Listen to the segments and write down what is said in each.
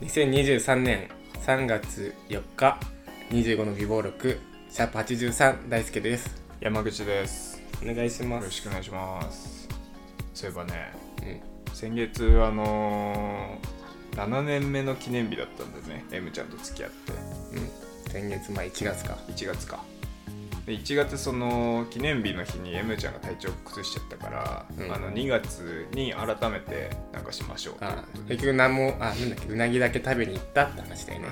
2023年3月4日25の美貌録シャープ83大輔です山口ですお願いしまよろしすくお願いしますそういえばねうん先月あのー、7年目の記念日だったんでね M ちゃんと付き合ってうん先月まあ1月か1月かで1月その記念日の日に M ちゃんが体調崩しちゃったから、うんあの2月に改めてなんかしましょうっていうあことで結局何もあなんだっけうなぎだけ食べに行ったって話だよね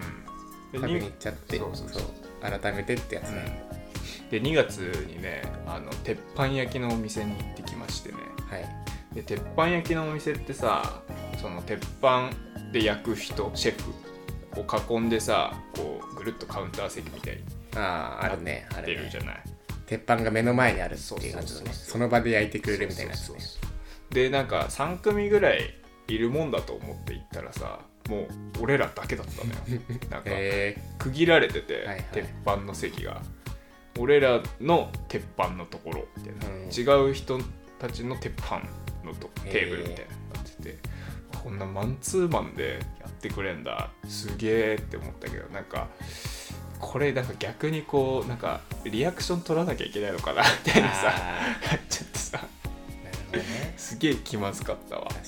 うん食べでに行にっちゃってそうそうそう改めてってやつね、うんで2月にねあの鉄板焼きのお店に行ってきましてねはいで鉄板焼きのお店ってさその鉄板で焼く人シェフを囲んでさこうぐるっとカウンター席みたいにあああるねあ出るるねじゃない鉄板が目の前にあるっていう感じだそうそうそうねそうその場で焼いてくれるみたいなやつそうねそうそうそうでなんか3組ぐらいいるもんだと思って行ったらさもう俺らだけだったのよな んか へ区切られてて、いはい鉄板の席が俺らの鉄板のところみたいな、違う人たちの鉄板のとテーブルみたいなのになってて、こんなマンツーマンでやってくれんだすげえって思ったけどなんかこれなんか逆にこうなんかリアクション取らなきゃいけないのかなみたえいなさあなっ ちゃってさーなるほどねすげえ気まずかったわ確か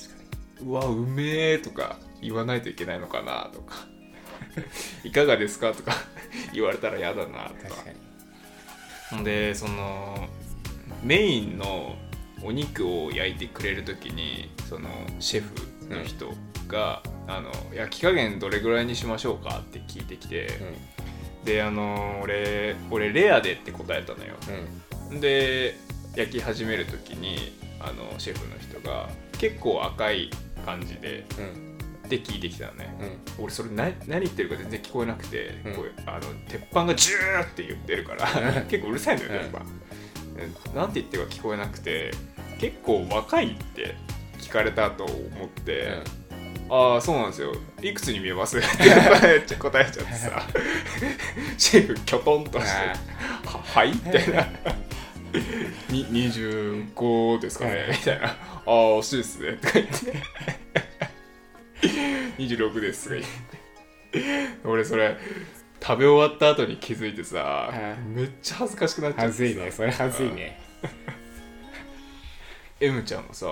にうわうめえとか言わないといけないのかなとか いかがですかとか 言われたら嫌だなと確かかにでそのメインのお肉を焼いてくれる時にそのシェフの人が、あの焼き加減どれぐらいにしましょうかって聞いてきて、であの俺俺レアでって答えたのよ、うんうんで焼き始める時にあのシェフの人が結構赤い感じでうんって聞いてきたのね、うん俺それな何言ってるか全然聞こえなくて、うんこうあの鉄板がジューって言ってるから 結構うるさいのようんやっぱ、うんなんて言ってるか聞こえなくて結構若いって聞かれたと思って、ああそうなんですよいくつに見えます って答えちゃ答えちゃってさ シェフきょとんとしあて「ははい?」みたいな「に25ですかね」みたいな「ああ惜しいですね」とか言って「26です」とか言って俺それ食べ終わった後に気づいてさうんめっちゃ恥ずかしくなっちゃってはずいね それはずいね M ちゃんもさ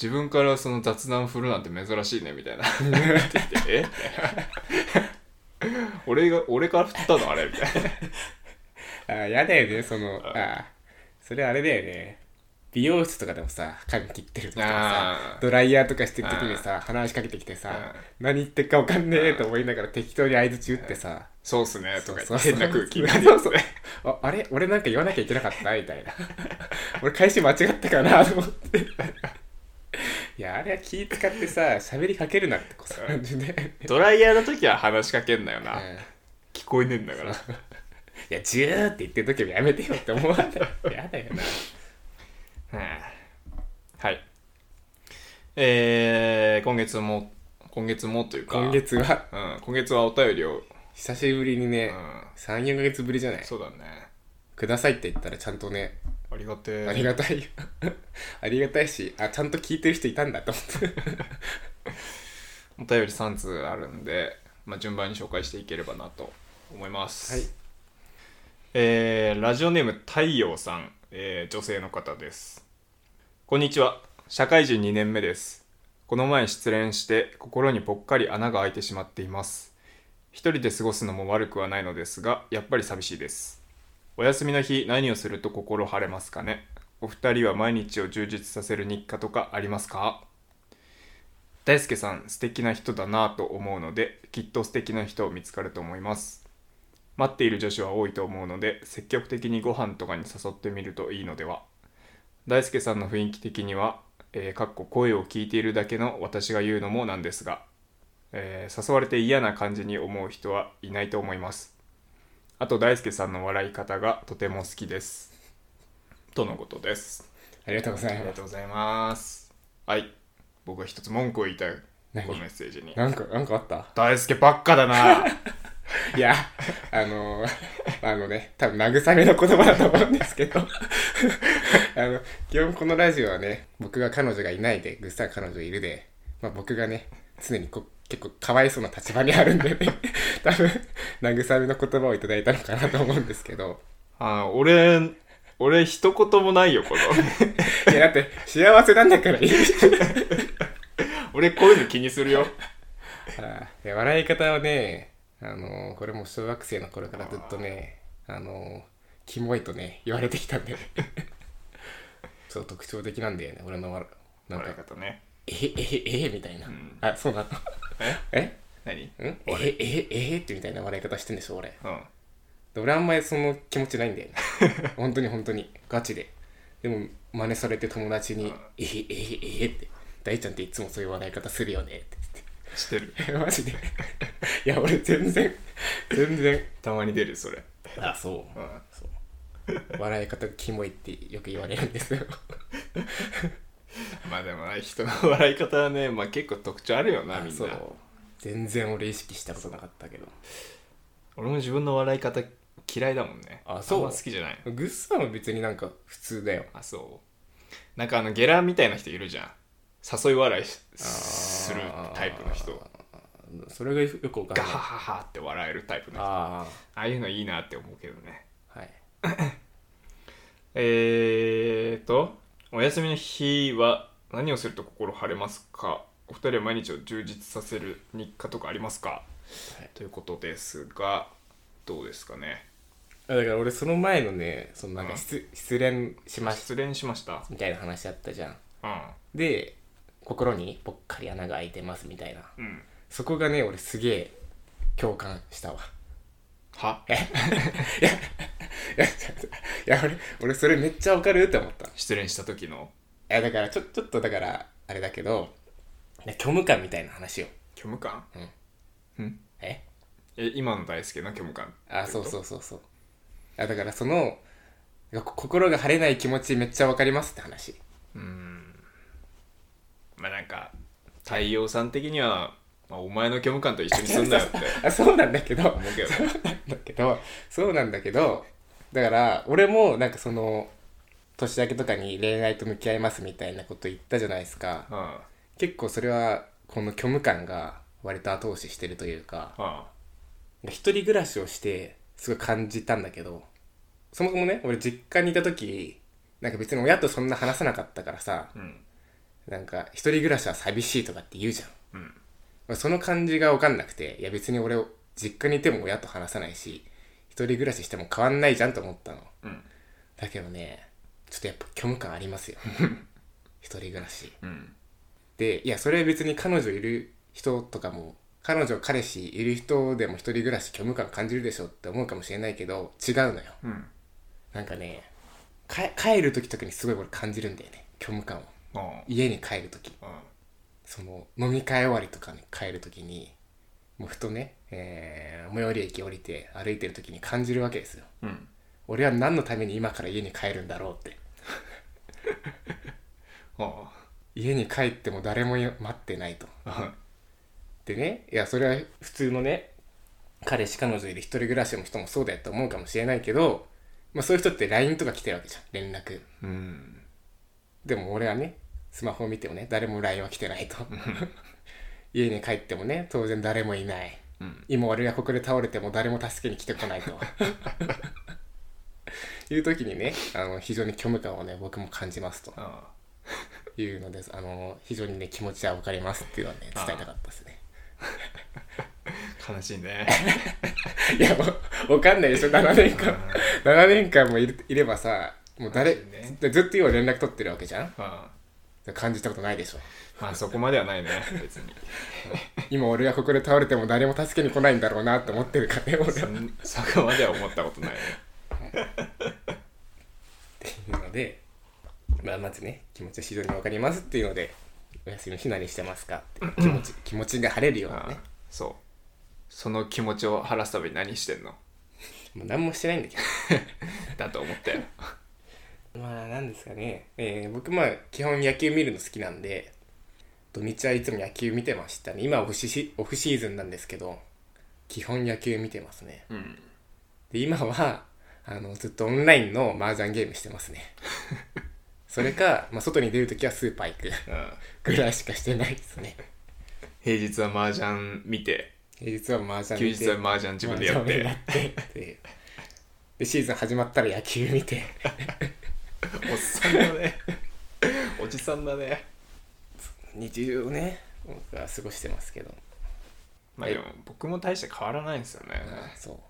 自分からその雑談振るなんて珍しいね みたいなって言って「え みたいな俺が俺から振ったのあれみたいなあーやだよねそのあーそれあれだよね美容室とかでもさ髪切ってる時とかさあードライヤーとかしてる時にさ話しかけてきてさ何言ってるか分かんねえと思いながら適当に相槌打ってさ「そうっすね」とそうそか言うって変な空気になるそうそうああれ俺なんか言わなきゃいけなかったみた いな俺返し間違ったかなと思っていやあれは気使ってさ喋りかけるなってこそ感じで ドライヤーの時は話しかけんなよな、うん聞こえねえんだから いや、ジューって言ってる時もやめてよって思わない。やだよな。はいえー、今月も今月もというか今月は、うん、今月はお便りを、久しぶりにうね、ん、 3、4ヶ月ぶりじゃないそうだねくださいって言ったらちゃんとね、ありがてえありがたいよ。 ありがたいし、あ、ちゃんと聞いてる人いたんだと思って。お便り3通あるんで、まあ、順番に紹介していければなと思います、はいえーラジオネーム太陽さん、えー女性の方ですこんにちは社会人2年目ですこの前失恋して心にぽっかり穴が開いてしまっています一人で過ごすのも悪くはないのですがやっぱり寂しいですお休みの日何をすると心晴れますかねお二人は毎日を充実させる日課とかありますか大輔さん素敵な人だなぁと思うのできっと素敵な人を見つかると思います待っている女子は多いと思うので積極的にご飯とかに誘ってみるといいのでは大輔さんの雰囲気的には、えーかっこ声を聞いているだけの私が言うのもなんですが、えー誘われて嫌な感じに思う人はいないと思いますあと大輔さんの笑い方がとても好きですとのことですありがとうございありがます。とうございます。はい。僕は一つ文句を言いたい。こ何のメッセージに。なんか、なんかあった大輔ばっかだな。いや、あのー、あのね、多分慰めの言葉だと思うんですけど、あの、基本このラジオはね、僕が彼女がいないで、ぐっさん彼女いるで、まあ僕がね、常にこう結構かわいそうな立場にあるんでね多分慰めの言葉をいただいたのかなと思うんですけどあー俺俺一言もないよこの いやだって幸せなんだからいい俺こういうの気にするよあーいや笑い方はねあのーこれも小学生の頃からずっとねあのーキモいとね言われてきた んでちょっと特徴的なんだよね俺の笑なん笑いか方ねえへえへえへみたいな、んあそうなのえ え何んえへえへえへってみたいな笑い方してんでしょ俺うん で俺あんまりその気持ちないんだよね本当に本当にガチででも真似されて友達に「えへえへえへ」って「大ちゃんっていつもそういう笑い方するよね」ってしてる言ってマジで いや俺全然全然たまに出るそれあそううんそう笑い方キモいってよく言われるんですよまあでもな人の笑い方はね、まあ、結構特徴あるよなみんそなう全然俺意識したことなかったけど俺も自分の笑い方嫌いだもんねあそうんま好きじゃないグッサンは別になんか普通だよあそうなんかあのゲラみたいな人いるじゃん誘い笑いしするタイプの人それがよくわかんガないハハハって笑えるタイプの人あああいうのいいなって思うけどねあはいえーとお休みの日は何をすると心晴れますかお二人は毎日を充実させる日課とかありますか、はいということですがどうですかねあだから俺その前のねそのなんうかん失,、失恋しまし失恋しましたみたいな話あったじゃんうで心にぽっかり穴が開いてますみたいなんうんそこがね俺すげえ共感したわはいやちょっといや俺俺それめっちゃわかるって思ったい失恋した時のやだからちょちょっとだからあれだけどいや虚無感みたいな話を虚無感ええ今の大輔の虚無感あそうそうそうそうあだからそのこ心が晴れない気持ちめっちゃわかりますって話まあなんか太陽さん的には、まあ、お前の虚無感と一緒にすんなよってあ そうなんだけど思うけどそうなんだけどそうなんだけどだから俺もなんかその年明けとかに恋愛と向き合いますみたいなこと言ったじゃないですかうんうん結構それはこの虚無感が割と後押ししてるというか一人暮らしをしてすごい感じたんだけどそもそもね俺実家にいた時なんか別に親とそんな話さなかったからさうんなんか一人暮らしは寂しいとかって言うじゃんうんまあその感じが分かんなくていや別に俺実家にいても親と話さないし一人暮らししても変わんないじゃんと思ったのうんだけどねちょっとやっぱ虚無感あり ますよ一人暮らしうんでいやそれは別に彼女いる人とかも彼女彼氏いる人でも一人暮らし虚無感感じるでしょって思うかもしれないけど違うのようんなんかねか帰る時とかにすごい俺感じるんだよね虚無感をあ家に帰る時あうんその飲み会終わりとかに帰る時にもうふとね、えー最寄り駅降りて歩いてる時に感じるわけですようん俺は何のために今から家に帰るんだろうってあ家に帰っても誰も待ってないとあでねいやそれは普通のね彼氏彼女いる一人暮らしの人もそうだよと思うかもしれないけど、まあ、そういう人って LINE とか来てるわけじゃん連絡うんでも俺はねスマホを見てもね誰も LINE は来てないと家に帰ってもね当然誰もいないうん今俺がここで倒れても誰も助けに来てこない という時にねあの非常に虚無感をね僕も感じますとあいうのですあの非常にね気持ちは分かりますっていうのはね伝えたかったですねあ悲しいね いやもう分かんないでしょ7年間7年間もいるいればさもう誰、そうねずずっと今連絡取ってるわけじゃんうんま感じたことないでしょあそこまではないね別に今俺がここで倒れても誰も助けに来ないんだろうなって思 ってるからね俺はそん そこまでは思ったことないねっていうので、まあ、まずね気持ちは非常に分かりますっていうのでお休みの日何してますかって気持ち気持ちが晴れるようなあねあそうその気持ちを晴らすために何してんのもう何もしてないんだけだと思ったよどまあ何ですかね、えー僕まあ基本野球見るの好きなんで土日はいつも野球見てましたね今はオフシオフシーズンなんですけど基本野球見てますねうんで今はあのずっとオンラインの麻雀ゲームしてます ねそれか、まあ、外に出るときはスーパー行くうんぐらいしかしてないですね平日は麻雀見て平日は麻雀休見て日は麻雀自分でやって麻雀やってっていうでシーズン始まったら野球見ておっさんだねおじさんだね日常をね僕は過ごしてますけど、まあでも僕も大して変わらないんですよねそ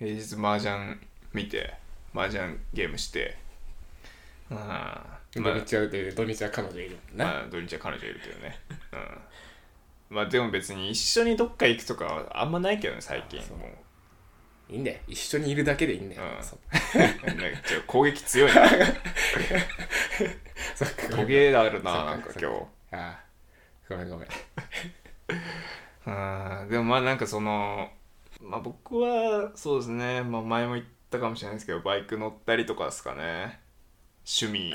う平日麻雀見て麻雀ゲームしてああ土まあ日はで土日は彼女いるもんな、まあ、土日は彼女いるけどね、うん、まあでも別に一緒にどっか行くとかはあんまないけどね最近あそうもういいんだよ一緒にいるだけでいいんだよ、うんそう なんかちょっと攻撃強いな そっかトゲあるなそうかなんか今日あーごめんごめんうんでもまあなんかそのまあ僕はそうですね、まあ、前も言ったかもしれないですけどバイク乗ったりとかですかね趣味う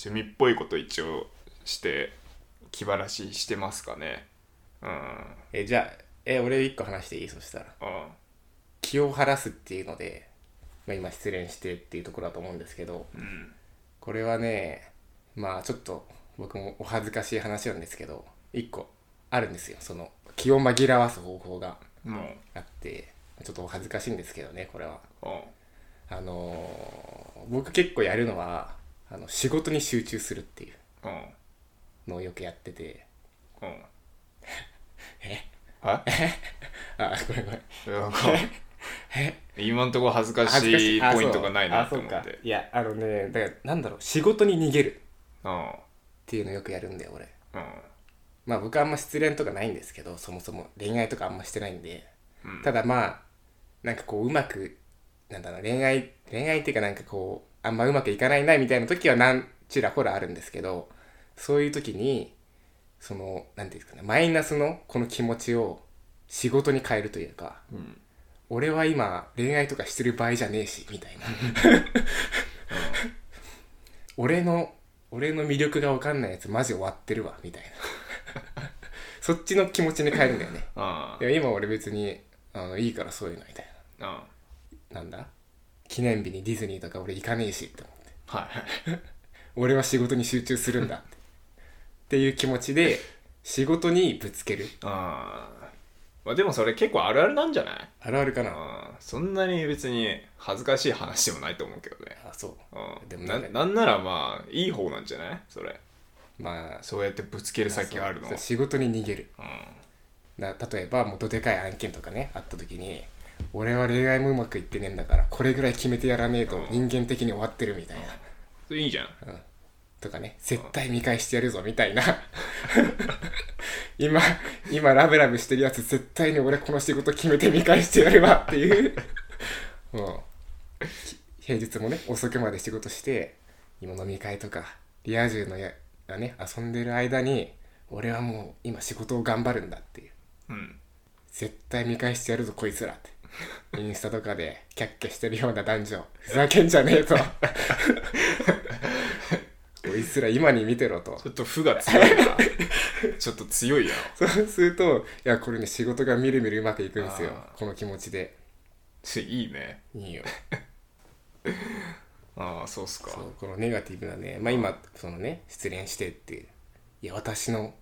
趣味っぽいこと一応して気晴らししてますかねうんんえじゃあえ俺一個話していいそしたらうん気を晴らすっていうので、まあ、今失恋してっていうところだと思うんですけどうんこれはねまあちょっと僕もお恥ずかしい話なんですけど一個あるんですよその気を紛らわす方法がもあってちょっとお恥ずかしいんですけどねこれはううんあのー僕結構やるのはあの仕事に集中するっていううんのをよくやっててうんえ ああごめんごめんなんか 今んところ恥ずか恥ずかしいあポインそトうがないなあとそう思っかていやあのねだからなんだろう仕事に逃げるっうんていうのよくやるんだよ俺うんまあ僕あんま失恋とかないんですけどそもそも恋愛とかあんましてないんで、うんただまあなんかこううまくなんだろう恋愛恋愛っていうかなんかこうあんまうまくいかないなみたいな時はなんちらほらあるんですけどそういう時にそのなんていうんですかねマイナスのこの気持ちを仕事に変えるというかうん俺は今恋愛とかしてる場合じゃねえしみたいな俺の俺の魅力が分かんないやつマジ終わってるわみたいなそっちの気持ちに変えるんだよねうんいや今俺別にあのいいからそういうのみたいうんはななんだ記念日にディズニーとか俺行かねえしって思っていはい俺は仕事に集中するんだってっていう気持ちで仕事にぶつけるあーまあでもそれ結構あるあるなんじゃないあるあるかなあーそんなに別に恥ずかしい話でもないと思うけどねあそううんでもななんかなんならまあいい方なんじゃないそれまあそうやってぶつける先があるのそう仕事に逃げるうな例えばもうどでかい案件とかねあった時に俺は恋愛もうまくいってねえんだからこれぐらい決めてやらねえと人間的に終わってるみたいな、んいいじゃんとかね絶対見返してやるぞみたいな 今今ラブラブしてるやつ絶対に俺この仕事決めて見返してやるわっていう もうき平日もね遅くまで仕事して今飲み会とかリア充のやがね遊んでる間に俺はもう今仕事を頑張るんだっていううん絶対見返してやるぞこいつらってインスタとかでキャッキャしてるような男女ふざけんじゃねえとこいつら今に見てろとちょっと負が 強いなちょっと強いやろそうするといやこれね仕事がみるみるうまくいくんですよあこの気持ちでちょいいねいいよああそうっすかそうこのネガティブなねまあ今そのね失恋してっていういや私の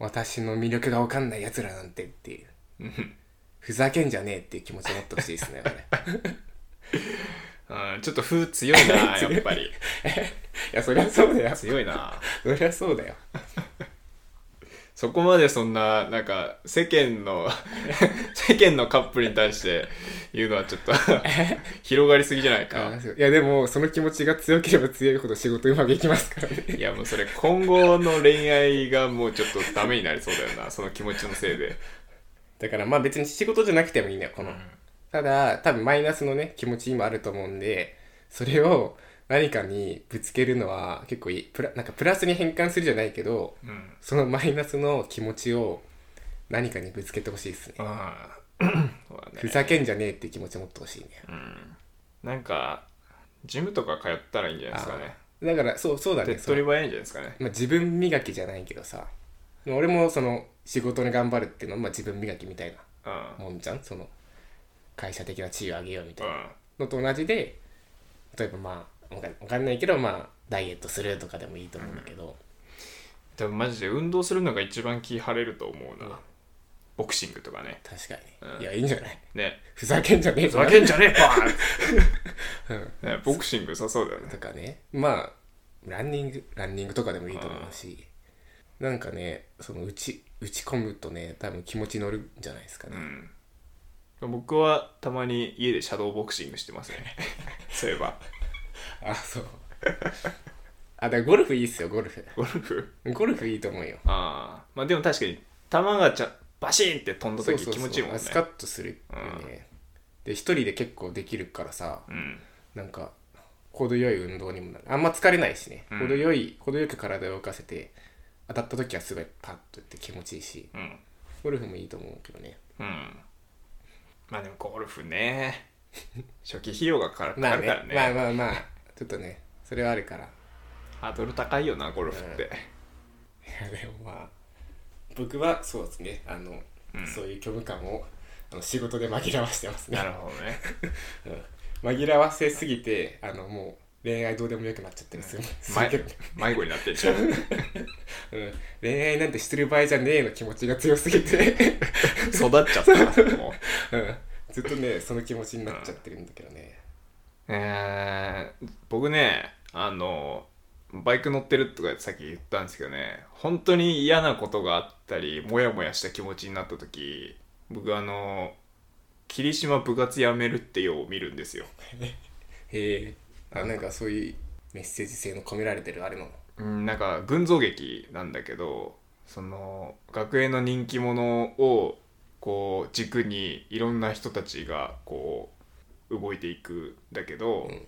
私の魅力が分かんないやつらなんてっていううんふざけんじゃねえっていう気持ちを持ってほしいですね俺うんちょっと負強いな 強いやっぱり いやそりゃ そうだよ強いなそりゃそう だよそこまでそんななんか世間 の世間のカップルに対して言うのはちょっと 広がりすぎじゃないかいやでもその気持ちが強ければ強いほど仕事うまくいきますからねいやもうそれ今後の恋愛がもうちょっとダメになりそうだよなその気持ちのせいで だからまあ別に仕事じゃなくてもいいんだよこの、ただ多分マイナスのね気持ち今あると思うんでそれを何かにぶつけるのは結構いいプラなんかプラスに変換するじゃないけどうんそのマイナスの気持ちを何かにぶつけてほしいですねあそうだねふざけんじゃねえっていう気持ちを持ってほしいねうんなんかジムとか通ったらいいんじゃないですかねだからそうそうだ手ねっ取り早いんじゃないですかねまあ、自分磨きじゃないけどさ俺もその仕事に頑張るっていうのは、まあ、自分磨きみたいなうんもんじゃんその会社的な地位を上げようみたういなんのと同じで例えばまあわかわかんないけどまあダイエットするとかでもいいと思うんだけど、多分マジで運動するのが一番気晴れると思うな、うんボクシングとかね確かうにんいやいいんじゃないねふざけんじゃねえふざけんじゃゃねえバーンうん ね、ボクシング良さそうだよねとかねまあランニングランニングとかでもいいと思うしなんかねその打ち打ち込むとね多分気持ち乗るんじゃないですかね、うん僕はたまに家でシャドーボクシングしてますね そういえばあそう あだからゴルフいいっすよゴルフゴルフゴルフいいと思うよああまあでも確かに球がちゃんバシーンって飛んだ時気持ちいいもんねスカッとするよね、で一人で結構できるからさうんなんか程よい運動にもなるあんま疲れないしね、うん程よい程よく体を動かせて当たった時はすごいパッといって気持ちいいしうんゴルフもいいと思うけどねうんまあでもゴルフね初期費用がかかるまかあらねね,、まあまあまあちょっとねそれはあるからハードル高いよなゴルフって、いやでもまあ僕はそうですねあの、うんそういう虚無感をあの仕事で紛らわしてますねなるほどねうん紛らわせすぎてあのもう恋愛どうでもよくなっちゃったりするするけどね迷迷子になってるじゃんうん恋愛なんてしてる場合じゃねえの気持ちが強すぎて、育っちゃったもううんずっとねその気持ちになっちゃってるんだけどね、えー僕ねあのバイク乗ってるとかさっき言ったんですけどね本当に嫌なことがあったりモヤモヤした気持ちになった時僕あの霧島部活やめるってよを見るんですよへえあなんかそういうメッセージ性の込められてるあれなのうんなんか群像劇なんだけどその学園の人気者をこう軸にいろんな人たちがこう動いていくんだけど、うん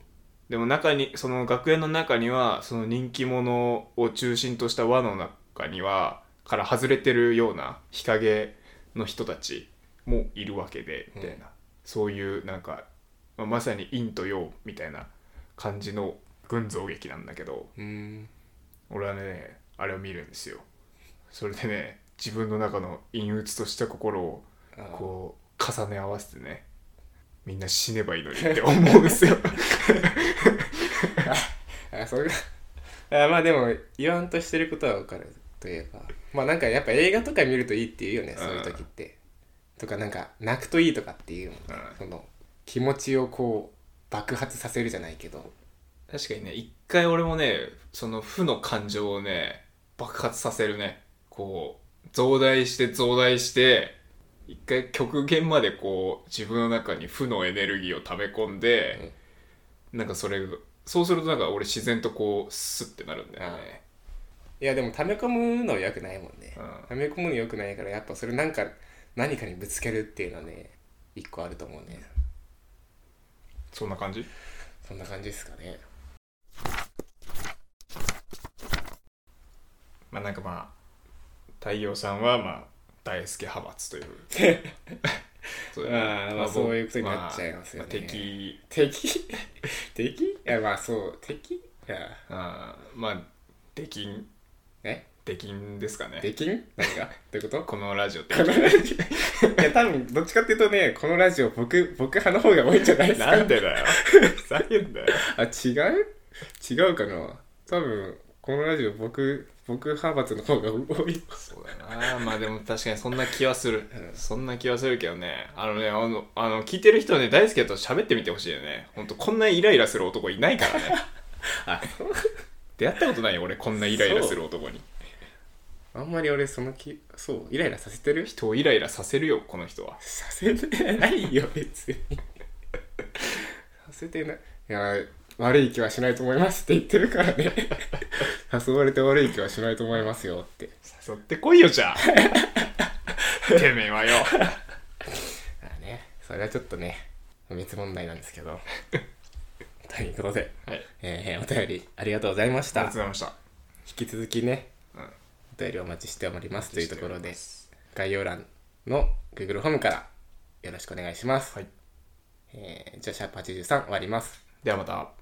でも中にその学園の中にはその人気者を中心とした輪の中にはから外れてるような日陰の人たちもいるわけでみたいな、そういうなんか、まあまさに陰と陽みたいな感じの群像劇なんだけど。うーん俺はねあれを見るんですよそれでね自分の中の陰鬱とした心をあーこう重ね合わせてねみんな死ねばいいのにって 思うんですよあそれが あまあでも言わんとしてることは分かるといえばまあなんかやっぱ映画とか見るといいっていうよねそういう時って、とかなんか泣くといいとかっていうもんね、うんその気持ちをこう爆発させるじゃないけど確かにね一回俺もねその負の感情をね爆発させるねこう増大して増大して一回極限までこう自分の中に負のエネルギーを溜め込んで、なんかそれそうするとなんか俺自然とこうスッてなるんだよね、いやでも溜め込むのは良くないもんね、うん溜め込むの良くないからやっぱそれなんか何かにぶつけるっていうのはね一個あると思うねそんな感じそんな感じですかねまあなんかまあ太陽さんはまあ大輔派閥というそ あーまあ そういうことになっちゃいますよねまあ敵敵 敵いやまあそう敵いやあーまあ出禁え出禁ですかねできん何がどういうことこのラジオ ってこのラジオい や多分どっちかっていうとねこのラジオ僕僕派の方が多いんじゃないですかなんでだよふざけんだよあ違う違うかな多分このラジオ僕僕派閥の方が多い そうだなまあでも確かにそんな気はするうんそんな気はするけどねあのねあのあの聞いてる人はね大輔と喋ってみてほしいよねほんとこんなイライラする男いないからね あ出会ったことないよ俺こんなイライラする男にあんまり俺その気そうイライラさせてる人をイライラさせるよこの人はさせてないよ別にさせてないいや悪い気はしないと思いますって言ってるからね誘われて悪い気はしないと思いますよって誘ってこいよじゃあ てめえはよまあねそれはちょっとね別問題なんですけどということで、はいえーお便りありがとうございましありがとうたござい ました、引き続きねうん、お便りお待ちしておりますというところで失礼し概要欄の Google ホームからよろしくお願いします、ますはいえーじゃあシャープ83終わりますではまた